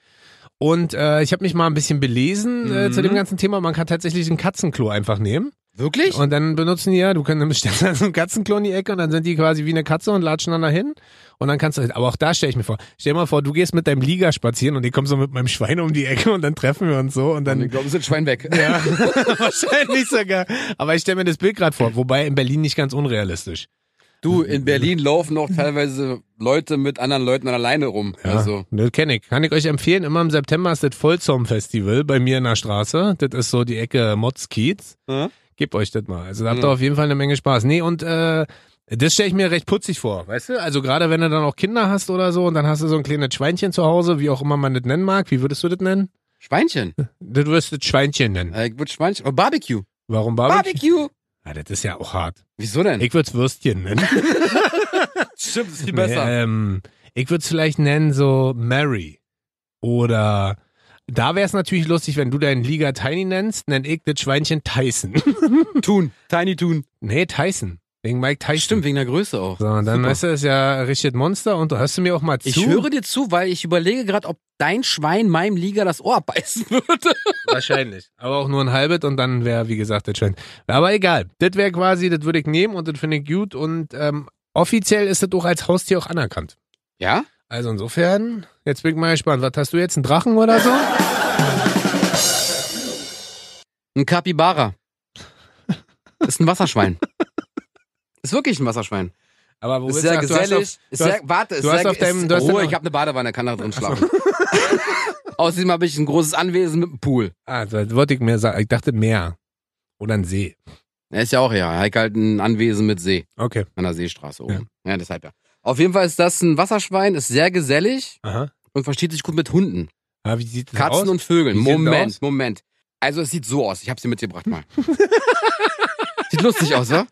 A: Und äh, ich habe mich mal ein bisschen belesen äh,
B: Mhm.
A: zu dem ganzen Thema. Man kann tatsächlich ein Katzenklo einfach nehmen.
B: Wirklich?
A: Und dann benutzen die ja, du kannst stellst dann so ein Katzenklo in die Ecke und dann sind die quasi wie eine Katze und latschen dann dahin. Und dann kannst du, aber auch da stelle ich mir vor, stell dir mal vor, du gehst mit deinem Liga spazieren und ich komme so mit meinem Schwein um die Ecke und dann treffen wir uns so und
B: Und
A: dann
B: ich glaube, ist das Schwein weg.
A: ja, wahrscheinlich sogar. Aber ich stelle mir das Bild gerade vor, wobei in Berlin nicht ganz unrealistisch.
B: Du, in Berlin laufen auch teilweise Leute mit anderen Leuten alleine rum.
A: Ja,
B: Also,
A: das kenne ich. Kann ich euch empfehlen, immer im September ist das Vollzom-Festival bei mir in der Straße. Das ist so die Ecke Motzkiez.
B: Ja.
A: Gib euch das mal. Also da habt ihr
B: Ja.
A: auf jeden Fall eine Menge Spaß. Nee, und äh, das stelle ich mir recht putzig vor, weißt du? Also gerade wenn du dann auch Kinder hast oder so und dann hast du so ein kleines Schweinchen zu Hause, wie auch immer man das nennen mag. Wie würdest du das nennen?
B: Schweinchen.
A: Du wirst das Schweinchen nennen.
B: Äh, Ich würde Schweinchen. Oh, Barbecue.
A: Warum Barbecue?
B: Barbecue.
A: Ja, das ist ja auch hart.
B: Wieso denn?
A: Ich würde es Würstchen nennen.
B: Stimmt, ist viel
A: Ähm, ich würde es vielleicht nennen so Mary. Oder da wäre es natürlich lustig, wenn du deinen Liga Tiny nennst, nenn ich das Schweinchen Tyson.
B: Tun. Tiny Tun.
A: nee, Tyson. Wegen Mike Tyson.
B: Stimmt, wegen der Größe auch.
A: So, und dann
B: Super.
A: weißt du, ist ja Richard Monster und du hörst du mir auch mal zu.
B: Ich höre dir zu, weil ich überlege gerade, ob dein Schwein meinem Liga das Ohr abbeißen würde.
A: Wahrscheinlich. Aber auch nur ein halbet und dann wäre, wie gesagt, das schön. Aber egal. Das wäre quasi, das würde ich nehmen und das finde ich gut. Und ähm, offiziell ist das auch als Haustier auch anerkannt.
B: Ja?
A: Also insofern, jetzt bin ich mal gespannt. Was hast du jetzt, einen Drachen oder so?
B: Ein Kapibara. Ist ein Wasserschwein. Ist wirklich ein Wasserschwein.
A: Aber wo
B: ist
A: willst
B: sehr
A: du- ach, du hast
B: gesellig. ist
A: du
B: sehr, warte, ist
A: du hast
B: sehr,
A: auf deinem-
B: ist,
A: du hast
B: Ruhe,
A: deinem-
B: ich habe eine Badewanne, kann da drin schlafen. Außerdem habe ich ein großes Anwesen mit einem Pool.
A: Auf, ah, das wollte ich mir sagen. Ich dachte Meer. Oder ein See.
B: Ja, Ist ja auch ja. Heike halt ein Anwesen mit See,
A: Okay.
B: an der Seestraße oben. Ja. deshalb ja. Auf jeden Fall ist das ein Wasserschwein, ist sehr gesellig
A: Aha.
B: und versteht sich gut mit Hunden,
A: Aber wie sieht das
B: Katzen
A: aus?
B: und Vögeln.
A: Wie sieht das
B: Moment,
A: aus?
B: Moment. Also es sieht so aus. Ich hab's dir mitgebracht mal. sieht lustig aus, oder?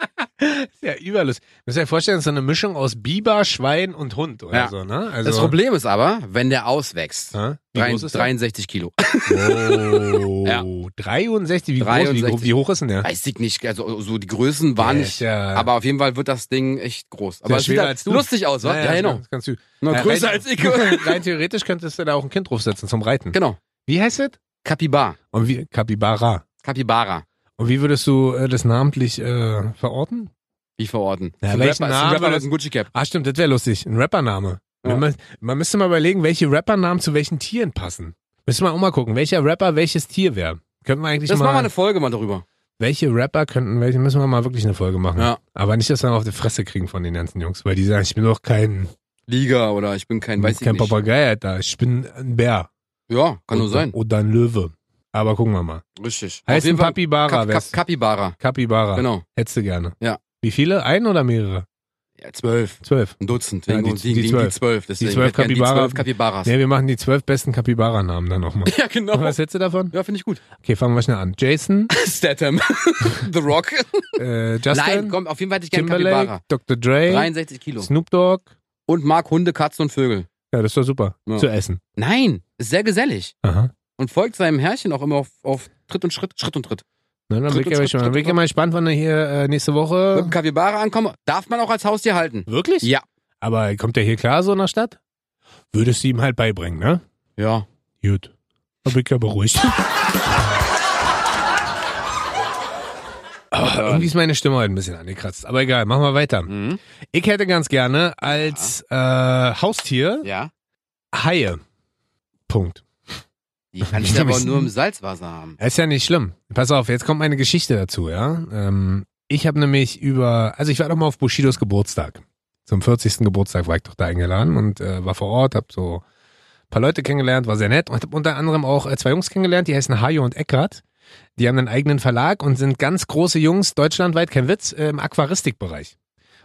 A: ja, überlust. Du musst dir vorstellen, das ist so eine Mischung aus Biber, Schwein und Hund oder
B: Ja.
A: so, ne? Also,
B: Das Problem ist aber, wenn der auswächst.
A: Hä? Wie
B: Drei,
A: groß ist das?
B: 63 Kilo.
A: Oh,
B: Ja.
A: 63, wie, Groß, wie, gro-
B: 63.
A: wie hoch ist denn der?
B: Weiß ich nicht, also so die Größen
A: Der
B: waren nicht.
A: ist ja-
B: Aber auf jeden Fall wird das Ding echt groß. Aber
A: ja
B: es sieht
A: schwerer
B: halt
A: als du.
B: lustig aus, oder? Ja, genau.
A: das ist Ganz süß.
B: Na,
A: Ja,
B: größer
A: rein-
B: als ich.
A: Rein theoretisch könntest du da auch ein Kind draufsetzen zum Reiten.
B: genau.
A: Wie heißt es?
B: Kapibar.
A: Und wie Capybara.
B: Kapibara.
A: Und wie würdest du äh, das namentlich äh, verorten?
B: Wie verorten?
A: Ja,
B: Ein
A: welchen
B: Rapper, ist ein
A: Namen
B: Rapper mit
A: das-
B: einem Gucci Cap.
A: Ah, stimmt, das wäre lustig. Ein Rappername.
B: Ja.
A: Man, man müsste mal überlegen, welche Rappernamen zu welchen Tieren passen. Müsste man auch mal gucken, welcher Rapper welches Tier wäre. Könnten wir eigentlich
B: Das machen wir
A: mal,
B: eine Folge mal darüber.
A: welche Rapper könnten, welche müssen wir mal wirklich eine Folge machen.
B: Ja.
A: Aber nicht, dass wir auf die Fresse kriegen von den ganzen Jungs, weil die sagen, ich bin doch kein,
B: Liga oder ich bin kein, weiß
A: kein
B: ich nicht.
A: Papagei, Alter. Ich bin ein Bär.
B: Ja, kann nur
A: oder,
B: sein.
A: Oder ein Löwe. Aber gucken wir mal.
B: Richtig.
A: Heißt ein Papibara,
B: Kap Kap
A: wär's.
B: Kapibara.
A: Kapibara.
B: Genau.
A: Hättest du gerne.
B: Ja.
A: Wie viele? Ein oder mehrere?
B: Ja, zwölf.
A: Zwölf.
B: Ein Dutzend.
A: Ja,
B: Wegen
A: die-
B: uns liegen
A: die
B: die, die
A: zwölf.
B: zwölf. Deswegen
A: zwölf
B: hätte ich gern
A: Kapibara-
B: Die zwölf Kapibaras.
A: Nee, wir machen die zwölf besten Kapibara-Namen dann nochmal.
B: Ja, genau.
A: Was hältst du davon?
B: Ja, finde ich gut.
A: Okay, fangen wir schnell an. Jason,
B: Statham. The Rock.
A: äh, Justin,
B: Nein, komm, auf jeden Fall hätte ich gerne
A: Timberlake,
B: Kapibara.
A: Dr. Dre,
B: 63 Kilo.
A: Snoop Dogg.
B: Und mag Hunde, Katzen und Vögel.
A: Ja, das ist doch super.
B: Ja.
A: Zu essen.
B: Nein, ist sehr gesellig.
A: Aha.
B: Und folgt seinem Herrchen auch immer auf, auf Tritt und Schritt, Schritt und Tritt.
A: Na, dann bin ich
B: Tritt und
A: ja
B: Schritt,
A: schon- dann
B: Tritt
A: bin ich ja
B: und
A: mal gespannt, wann er hier äh, nächste
B: Mit einem
A: Woche.
B: Kapibara ankommen, darf man auch als Haustier halten.
A: Wirklich?
B: Ja.
A: Aber kommt der hier klar so in der Stadt? Würdest du ihm halt beibringen, ne?
B: Ja.
A: Gut. Da bin ich ja beruhigt. Ah, irgendwie ist meine Stimme heute ein bisschen angekratzt. Aber egal, machen wir weiter.
B: Mhm.
A: Ich hätte ganz gerne als äh, Haustier
B: Ja.
A: Haie. Punkt.
B: Die kann ich
A: Du
B: aber
A: bist-
B: nur im Salzwasser haben.
A: Ist ja nicht schlimm. Pass auf, jetzt kommt meine Geschichte dazu, ja. Ähm, ich habe nämlich über, also ich war doch mal auf Bushidos Geburtstag. Zum 40. Geburtstag war ich doch da eingeladen und äh, war vor Ort, habe so ein paar Leute kennengelernt, war sehr nett und habe unter anderem auch äh, zwei Jungs kennengelernt, die heißen Hajo und Eckert. Die haben einen eigenen Verlag und sind ganz große Jungs, deutschlandweit, kein Witz, äh, im Aquaristikbereich.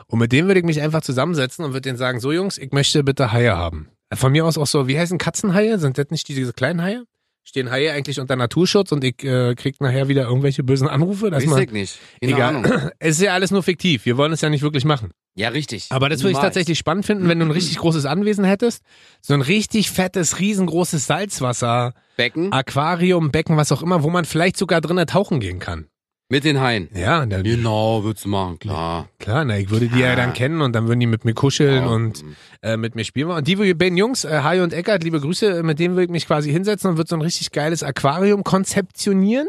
A: Und mit denen würde ich mich einfach zusammensetzen und würde denen sagen, so Jungs, ich möchte bitte Haie haben. Von mir aus auch so, wie heißen Katzenhaie? Sind das nicht diese kleinen Haie? Stehen Haie eigentlich unter Naturschutz und ich äh, krieg nachher wieder irgendwelche bösen Anrufe? Dass
B: Weiß
A: man,
B: ich nicht. Keine
A: Egal.
B: Ahnung.
A: es ist ja alles nur fiktiv, wir wollen es ja nicht wirklich machen.
B: Ja, richtig.
A: Aber das würde ich
B: Niemals.
A: tatsächlich spannend finden, wenn du ein richtig großes Anwesen hättest. So ein richtig fettes, riesengroßes Salzwasser,
B: Becken
A: Aquarium, Becken, was auch immer, wo man vielleicht sogar drinnen tauchen gehen kann.
B: mit den Haien.
A: Ja, na,
B: Genau, würdest du machen, klar.
A: klar, na, ich würde die ja dann kennen und dann würden die mit mir kuscheln
B: Ja.
A: und äh, mit mir spielen. Und die beiden Jungs, äh, Hajo und Eckert, liebe Grüße, äh, mit denen würde ich mich quasi hinsetzen und würde so ein richtig geiles Aquarium konzeptionieren.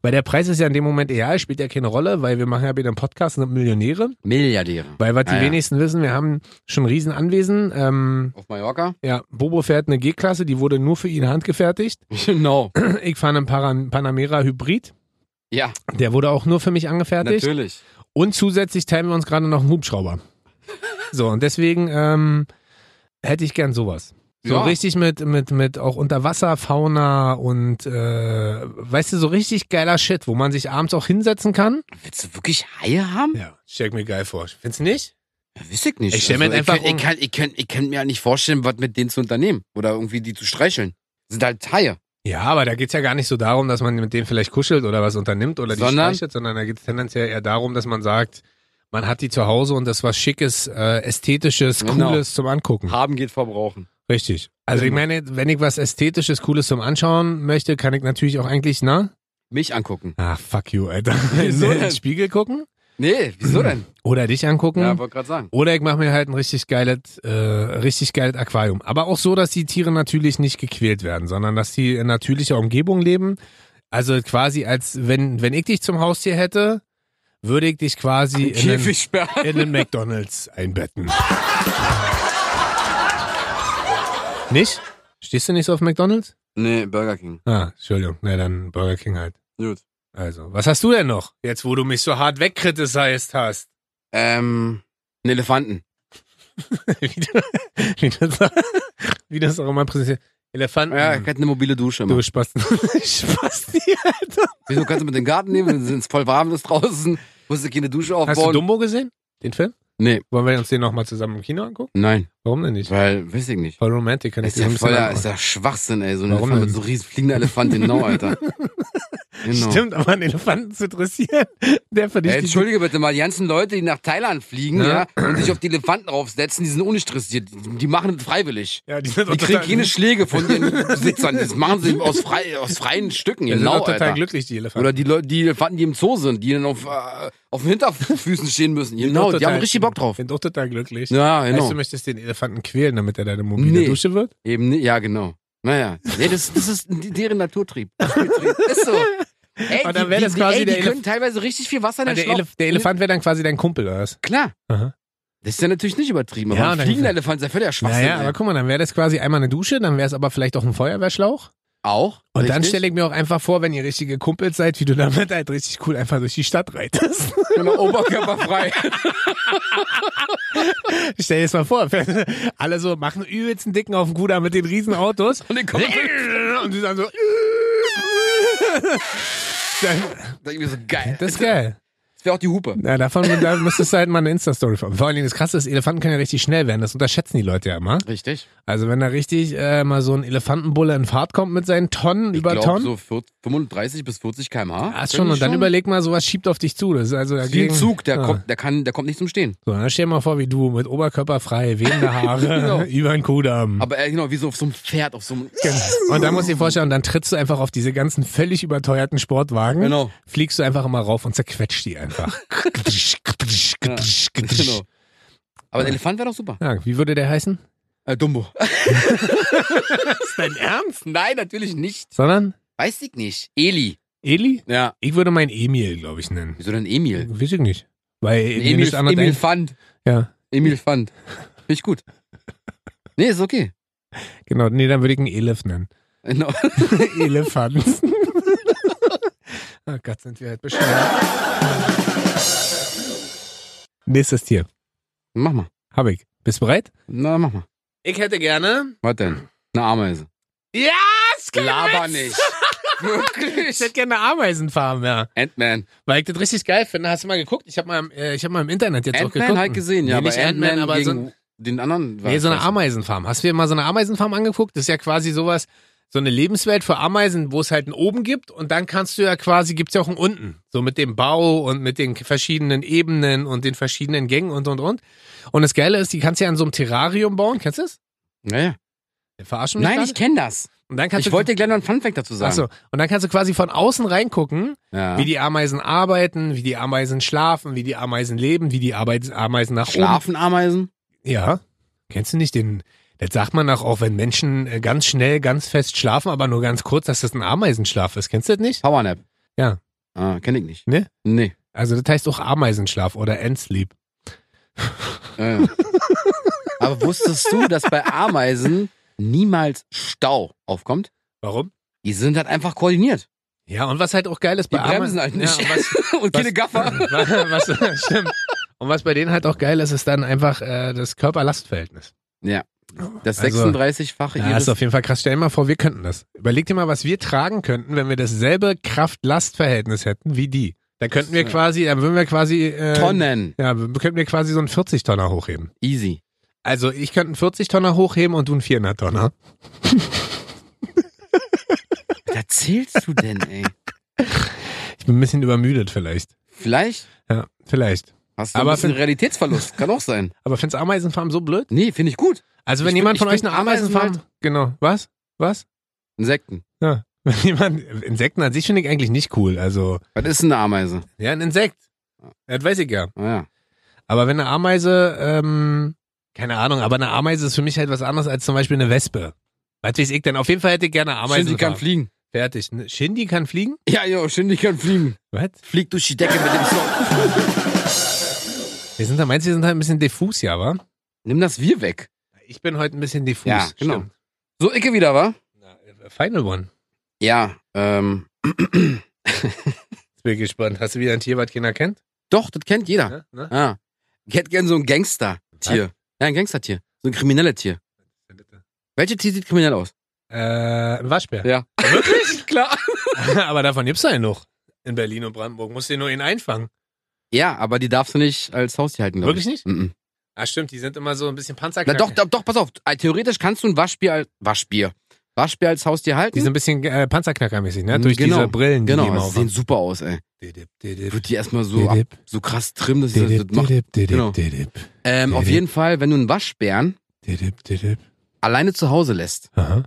A: Weil der Preis ist ja in dem Moment egal, spielt ja keine Rolle, weil wir machen ja wieder einen Podcast und sind Millionäre.
B: Milliardäre.
A: Weil was die
B: Ah, ja.
A: wenigsten wissen, wir haben schon ein Riesenanwesen. Ähm,
B: Auf Mallorca?
A: ja, Bobo fährt eine G-Klasse, die wurde nur für ihn handgefertigt.
B: Genau.
A: Ich fahre einen Paran- Panamera Hybrid,
B: Ja,
A: der wurde auch nur für mich angefertigt.
B: natürlich.
A: Und zusätzlich teilen wir uns gerade noch einen Hubschrauber. So, und deswegen ähm, hätte ich gern sowas. So
B: Ja.
A: richtig mit, mit, mit auch Unterwasserfauna und äh, weißt du, so richtig geiler Shit, wo man sich abends auch hinsetzen kann.
B: Willst du wirklich Haie haben?
A: Ja, stell ich mir geil vor. Findest du nicht?
B: Ja, weiß ich nicht. Also,
A: Ich stell mir jetzt einfach um-
B: ich kann, ich, kann, ich, kann, ich kann mir ja nicht vorstellen, was mit denen zu unternehmen. Oder irgendwie die zu streicheln. Sind halt Haie.
A: Ja, aber da geht's ja gar nicht so darum, dass man mit dem vielleicht kuschelt oder was unternimmt oder die
B: Sondern?
A: streichelt, sondern da geht's tendenziell eher darum, dass man sagt, man hat die zu Hause und das was Schickes, äh, Ästhetisches,
B: Genau.
A: Cooles zum Angucken.
B: Haben geht verbrauchen.
A: Richtig. Also ich meine, wenn ich was Ästhetisches, Cooles zum Anschauen möchte, kann ich natürlich auch eigentlich, na?
B: Mich angucken.
A: Ah, fuck you, Alter.
B: Wieso
A: In den
B: denn?
A: Spiegel gucken
B: Nee, wieso denn?
A: oder dich angucken.
B: Ja, wollte gerade sagen.
A: Oder ich mache mir halt ein richtig geiles, äh, richtig geiles Aquarium. Aber auch so, dass die Tiere natürlich nicht gequält werden, sondern dass sie in natürlicher Umgebung leben. Also quasi als wenn, wenn ich dich zum Haustier hätte, würde ich dich quasi in einen,
B: Käfig sperren.
A: in einen McDonalds einbetten. Nicht? Stehst du nicht so auf McDonalds?
B: Nee, Burger King.
A: Ah, Entschuldigung. Na dann Burger King halt.
B: Gut.
A: Also, was hast du denn noch? Jetzt, wo du mich so hart wegkritisized hast.
B: Ähm, einen Elefanten.
A: wie, du, wie, das, wie das auch immer präsentiert. Elefanten.
B: Ja, ich hätte eine mobile Dusche. Immer.
A: du Spasten. Spasti, Alter.
B: Wieso kannst du mit in den Garten nehmen? Es ist voll warm, ist draußen. Musst du keine Dusche
A: Hast du
B: aufbauen?
A: Dumbo gesehen? Den Film?
B: Nee,
A: Wollen wir uns den nochmal zusammen im Kino angucken?
B: nein.
A: Warum denn nicht?
B: Weil, weiß ich nicht.
A: Voll romantic, kann ich
B: Ist
A: dir
B: ja
A: so ein bisschen
B: voller, ist
A: angucken.
B: ja Schwachsinn, ey. So ein
A: Warum
B: Elefant
A: denn?
B: mit so riesen fliegender Elefant, genau, Alter. Genau.
A: Stimmt, aber einen Elefanten zu dressieren, der
B: Ey,
A: verdichtet.
B: Äh, entschuldige bitte mal, die ganzen Leute, die nach Thailand fliegen
A: Ja.
B: ja. und sich auf die Elefanten raufsetzen, die sind unstressiert. Die, die machen das freiwillig.
A: ja, die sind
B: Die
A: auch
B: kriegen
A: total,
B: keine Schläge von den Besitzern. Das machen sie aus, frei, aus freien Stücken.
A: die sind
B: Genau,
A: auch total
B: Alter.
A: glücklich, die Elefanten.
B: Oder die Leute, die Elefanten, die im Zoo sind, die dann auf, äh, auf den Hinterfüßen stehen müssen.
A: Sind auch
B: Genau, die
A: total-
B: haben richtig Bock drauf.
A: Sind auch total glücklich.
B: Ja,
A: Heißt,
B: genau.
A: du möchtest den Elefanten quälen, damit er deine mobile
B: Nee.
A: Dusche wird?
B: Eben, ni- ja, genau. Naja. Nee, das, das ist die- deren Naturtrieb. Spieltrieb. Ist so. Ey,
A: Und dann
B: die-
A: wär das
B: die,
A: quasi
B: ey, die
A: der
B: können teilweise richtig viel Wasser in
A: Ah,
B: den
A: der,
B: Schlauch.
A: Elef der Elefant wäre dann quasi dein Kumpel, oder was?
B: Klar.
A: Aha.
B: Das ist ja natürlich nicht übertrieben, aber
A: Ja,
B: ein
A: dann-
B: fliegender Elefant ist ja völliger Schwachsinn.
A: Naja,
B: ey.
A: aber guck mal, dann wäre das quasi einmal eine Dusche, dann wäre es aber vielleicht auch ein Feuerwehrschlauch.
B: Auch.
A: Und dann
B: Richtig.
A: stelle ich mir auch einfach vor, wenn ihr richtige Kumpels seid, wie du damit halt richtig cool einfach durch die Stadt reitest.
B: Genau, oberkörperfrei.
A: stell dir das mal vor. Alle so machen übelsten Dicken auf den Kuda mit den riesen Autos.
B: Und dann kommt
A: Und die sagen so. Dann,
B: da irgendwie so geil.
A: das ist geil.
B: Das wäre auch die Hupe.
A: Na, davon da müsstest du halt mal eine Insta-Story von. Vor allen Dingen das Krasse ist, Elefanten können ja richtig schnell werden. Das unterschätzen die Leute ja immer.
B: Richtig.
A: Also wenn da richtig äh, mal so ein Elefantenbulle in Fahrt kommt mit seinen Tonnen
B: Ich
A: über
B: glaub,
A: Tonnen.
B: so 40, 35 bis 40 km/h.
A: Ja, Ah, ist schon, und dann überleg mal, sowas schiebt auf dich zu. Das ist also
B: Den
A: dagegen.
B: Zug, der,
A: ja.
B: kommt, der, kann, der kommt nicht zum Stehen.
A: So, dann stell dir mal vor, wie du mit Oberkörper frei, wehende Haare,
B: Genau.
A: über den Kudamm.
B: Aber äh, genau, wie so auf so einem Pferd, auf so einem.
A: Und dann musst du dir vorstellen, dann trittst du einfach auf diese ganzen völlig überteuerten Sportwagen,
B: Genau.
A: fliegst du einfach immer rauf und zerquetscht die einfach. ja.
B: genau. Aber ein Elefant wäre doch super.
A: wie würde der heißen?
B: Äh, Dumbo.
A: Ist dein Ernst?
B: Nein, natürlich nicht.
A: Sondern
B: Weiß ich nicht. Eli.
A: Eli?
B: Ja.
A: Ich würde meinen Emil, glaube ich, nennen.
B: Wieso denn Emil?
A: Weiß ich nicht. Weil mir
B: Emil,
A: nichts anderes
B: Emil
A: einfällt.
B: Fand.
A: Ja,
B: Emil Fand. Finde ich gut. Nee, ist okay.
A: genau. Nee, dann würde ich ihn Elif nennen.
B: Genau.
A: Elefant. oh Gott, sind wir halt bescheuert. Nächstes Tier.
B: Mach mal.
A: Hab ich. Bist du bereit?
B: Na, mach mal.
A: Ich hätte gerne.
B: Was denn? Eine Ameise.
A: Ja, es geht
B: Laber
A: nicht.
B: nicht.
A: Ich
B: Wirklich.
A: hätte gerne Ameisenfarm, ja.
B: Ant-Man.
A: Weil ich das richtig geil finde. Hast du mal geguckt? Ich habe mal, im- äh, ich hab mal im Internet jetzt auch geguckt.
B: Ant-Man halt gesehen, ja.
A: Nee,
B: aber
A: nicht Ant-Man,
B: Ant-Man
A: aber so
B: gegen den anderen. war
A: Nee, so eine
B: scheiße.
A: Ameisenfarm. Hast du dir mal so eine Ameisenfarm angeguckt? Das ist ja quasi sowas, so eine Lebenswelt für Ameisen, wo es halt einen oben gibt und dann kannst du ja quasi, gibt's ja auch einen unten. So mit dem Bau und mit den verschiedenen Ebenen und den verschiedenen Gängen und und und. Und das Geile ist, die kannst du ja in so einem Terrarium bauen. Kennst du das?
B: Naja.
A: Verarschen mich
B: Nein,
A: gerade?
B: ich kenne das.
A: Und dann kannst
B: Ich
A: du,
B: wollte dir gleich noch einen Funfact dazu sagen.
A: Achso, und dann kannst du quasi von außen reingucken,
B: Ja.
A: wie die Ameisen arbeiten, wie die Ameisen schlafen, wie die Ameisen leben, wie die Arbeit, Ameisen nach oben
B: Schlafen Ameisen?
A: Ja. Kennst du nicht den? Das sagt man auch, auch wenn Menschen äh, ganz schnell, ganz fest schlafen, aber nur ganz kurz, dass das ein Ameisenschlaf ist. Kennst du das nicht?
B: Powernap.
A: Ja.
B: Ah, kenne ich nicht.
A: Ne?
B: Nee.
A: Also das heißt auch Ameisenschlaf oder Endsleep.
B: Äh. aber wusstest du, dass bei Ameisen niemals Stau aufkommt?
A: Warum?
B: Die sind halt einfach koordiniert.
A: Ja, und was halt auch geil ist
B: Die
A: bei Ameisen.
B: bremsen halt nicht.
A: Ja, und was,
B: Und
A: was-
B: keine Gaffer.
A: was, was, stimmt. Und was bei denen halt auch geil ist, ist dann einfach äh, das Körperlastverhältnis.
B: Das
A: Also-
B: 36-fache
A: Ja, das ist
B: ihres
A: auf jeden Fall krass. Stell dir mal vor, wir könnten das. Überleg dir mal, was wir tragen könnten, wenn wir dasselbe Kraft-Last-Verhältnis hätten wie die. Da könnten wir
B: Ja.
A: quasi, dann würden wir quasi äh,
B: Tonnen.
A: Ja, wir könnten wir quasi so einen 40-Tonner hochheben.
B: Easy.
A: Also ich könnte einen 40-Tonner hochheben und du einen 400-Tonner.
B: erzählst du denn, ey?
A: Ich bin ein bisschen übermüdet vielleicht.
B: Vielleicht
A: Ja, vielleicht.
B: hast du
A: Aber
B: ein bisschen
A: für-
B: Realitätsverlust. Kann auch sein.
A: Aber findest Ameisenfarm so blöd?
B: Nee, finde ich gut.
A: Also wenn
B: Ich bin-
A: jemand
B: ich
A: von euch
B: bin
A: eine Ameisenfarm...
B: Ameisen
A: Genau. Was? Was?
B: Insekten.
A: Ja. Wenn jemand... Insekten an sich finde ich eigentlich nicht cool. Also...
B: Was ist denn eine Ameise? Ah,
A: Ja, ein Insekt. Das weiß ich ja.
B: Naja.
A: Aber wenn eine Ameise, ähm, keine Ahnung, aber eine Ameise ist für mich halt was anderes als zum Beispiel eine Wespe. Was weiß ich denn? Auf jeden Fall hätte ich gerne Ameisen.
B: Shindy kann fliegen.
A: Fertig. Ne? Shindy kann fliegen?
B: Ja, ja, Shindy kann fliegen.
A: Was?
B: Fliegt durch die Decke mit dem Stock.
A: Wir sind da, meinst du, wir sind halt ein bisschen diffus, ja, wa?
B: Nimm das Wir weg.
A: Ich bin heute ein bisschen diffus.
B: Ja, genau.
A: Stimmt.
B: So, Icke wieder, wa?
A: Na, äh, Final One.
B: Ja, ähm,
A: Jetzt bin ich gespannt. Hast du wieder ein Tier, was keiner kennt?
B: doch, das kennt jeder.
A: Ne? Ne?
B: Ah. Ich hätte gern so ein Gangster-Tier. Ja, ein Gangster-Tier. So ein kriminelles Tier. Welche Tier sieht kriminell aus?
A: Ne? Äh, ein Waschbär.
B: Ja. Wirklich? Klar.
A: aber davon gibt's ja noch. In Berlin und Brandenburg. Musst du dir nur ihn einfangen.
B: Ja, aber die darfst du nicht als Haustier halten, glaub
A: Wirklich
B: ich.
A: nicht?
B: Mhm.
A: Ah, stimmt. Die sind immer so ein bisschen
B: Na
A: Panzerknacker.
B: doch, doch, doch, pass auf. Äh, Theoretisch kannst du ein Waschbier als, Waschbier. Waschbier als Haustier halten.
A: Die sind ein bisschen äh, Panzerknackermäßig, ne? Durch
B: Genau.
A: diese Brillen, die die
B: genau,
A: immer
B: also
A: auf
B: sehen super aus, ey.
A: Didip, didip,
B: Wird die erstmal so, ab,
A: didip,
B: so krass trimmen, dass sie das,
A: didip,
B: das macht.
A: didip, didip,
B: Genau.
A: didip,
B: Ähm, auf
A: didip.
B: jeden Fall, wenn du einen Waschbären
A: didip, didip.
B: alleine zu Hause lässt,
A: Aha.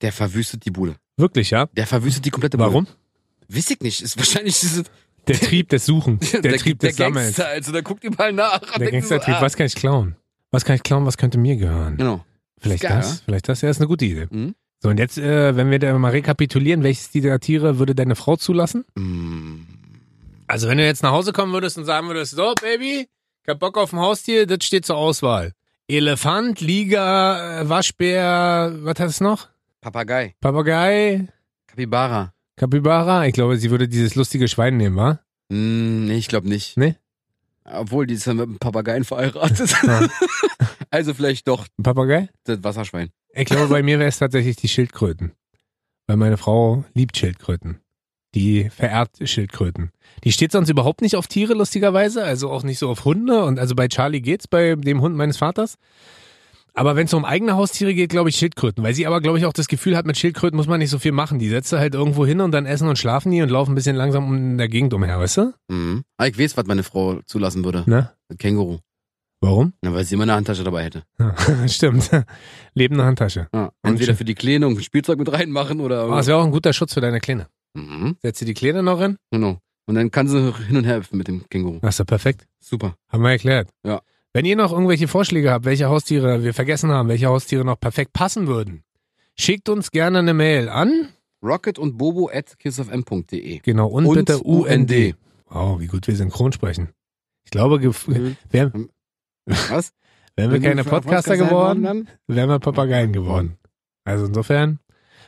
B: der verwüstet die Bude.
A: Wirklich, ja?
B: Der verwüstet die komplette Bude.
A: Warum?
B: Weiß ich nicht. Ist wahrscheinlich diese,
A: Der Trieb des Suchens, der, Trieb des
B: der
A: Sammelns,
B: Gangster, also der guckt überall nach. und
A: der
B: denkt so,
A: Gangstertrieb.
B: ah.
A: Was kann ich klauen? Was kann ich klauen, was könnte mir gehören?
B: Genau.
A: Vielleicht
B: Ist geil,
A: das,
B: oder?
A: vielleicht das. Ja, ist eine gute Idee.
B: Mhm.
A: So, und jetzt, äh, wenn wir da mal rekapitulieren, welches dieser Tiere würde deine Frau zulassen?
B: Mm.
A: Also, wenn du jetzt nach Hause kommen würdest und sagen würdest, so, Baby, ich hab Bock auf ein Haustier, das steht zur Auswahl. Elefant, Liga, äh, Waschbär, was hast du noch?
B: Papagei.
A: Papagei,
B: Kapibara.
A: Capybara, ich glaube, sie würde dieses lustige Schwein nehmen, wa?
B: Mm, nee, ich glaube nicht.
A: Nee?
B: Obwohl, die ist ja mit einem Papageien verheiratet.
A: Ja.
B: also vielleicht doch
A: Ein Papagei?
B: das Wasserschwein.
A: Ich glaube, bei mir wäre es tatsächlich die Schildkröten. Weil meine Frau liebt Schildkröten. Die verehrt Schildkröten. Die steht sonst überhaupt nicht auf Tiere, lustigerweise. Also auch nicht so auf Hunde. Und also bei Charlie geht's, bei dem Hund meines Vaters. Aber wenn es um eigene Haustiere geht, glaube ich Schildkröten. Weil sie aber, glaube ich, auch das Gefühl hat, mit Schildkröten muss man nicht so viel machen. Die setzt du halt irgendwo hin und dann essen und schlafen die und laufen ein bisschen langsam um in der Gegend umher, weißt du?
B: Mhm. Ah, ich weiß, was meine Frau zulassen würde.
A: Ne?
B: Ein Känguru.
A: Warum?
B: Na, weil sie immer eine Handtasche dabei hätte.
A: Ja, stimmt. Lebende Handtasche.
B: Ja.
A: Und
B: Entweder
A: schön.
B: für die Kleine und Spielzeug mit reinmachen oder.
A: Oh, das wäre auch ein guter Schutz für deine Kleine.
B: mhm.
A: Setzt sie die Kleine noch rein?
B: Genau. Und dann kann sie hin und her hüpfen mit dem Känguru.
A: Das ist doch perfekt.
B: Super.
A: Haben wir erklärt.
B: Ja.
A: Wenn ihr noch irgendwelche Vorschläge habt, welche Haustiere wir vergessen haben, welche Haustiere noch perfekt passen würden, schickt uns gerne eine Mail an.
B: Rocket und Bobo at kissfm.de.
A: Genau, und,
B: Und
A: bitte UND.
B: UND.
A: Wow, wie gut wir synchron sprechen. Ich glaube,
B: Mhm.
A: gef-
B: Was?
A: wären wir keine Podcaster geworden,
B: dann?
A: wären wir Papageien geworden. Also insofern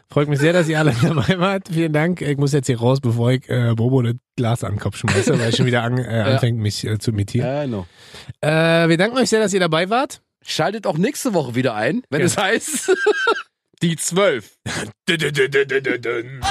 A: freut mich sehr, dass ihr alle dabei wart. Vielen Dank. Ich muss jetzt hier raus, bevor ich äh, Bobo das Glas an den Kopf schmeiße, weil er schon wieder an, äh, anfängt, mich äh, zu imitieren.
B: Ja, genau.
A: Äh, wir danken euch sehr, dass ihr dabei wart.
B: Schaltet auch nächste Woche wieder ein, wenn
A: Ja.
B: es heißt die zwölf.
A: Dun, dun, dun, dun, dun, dun.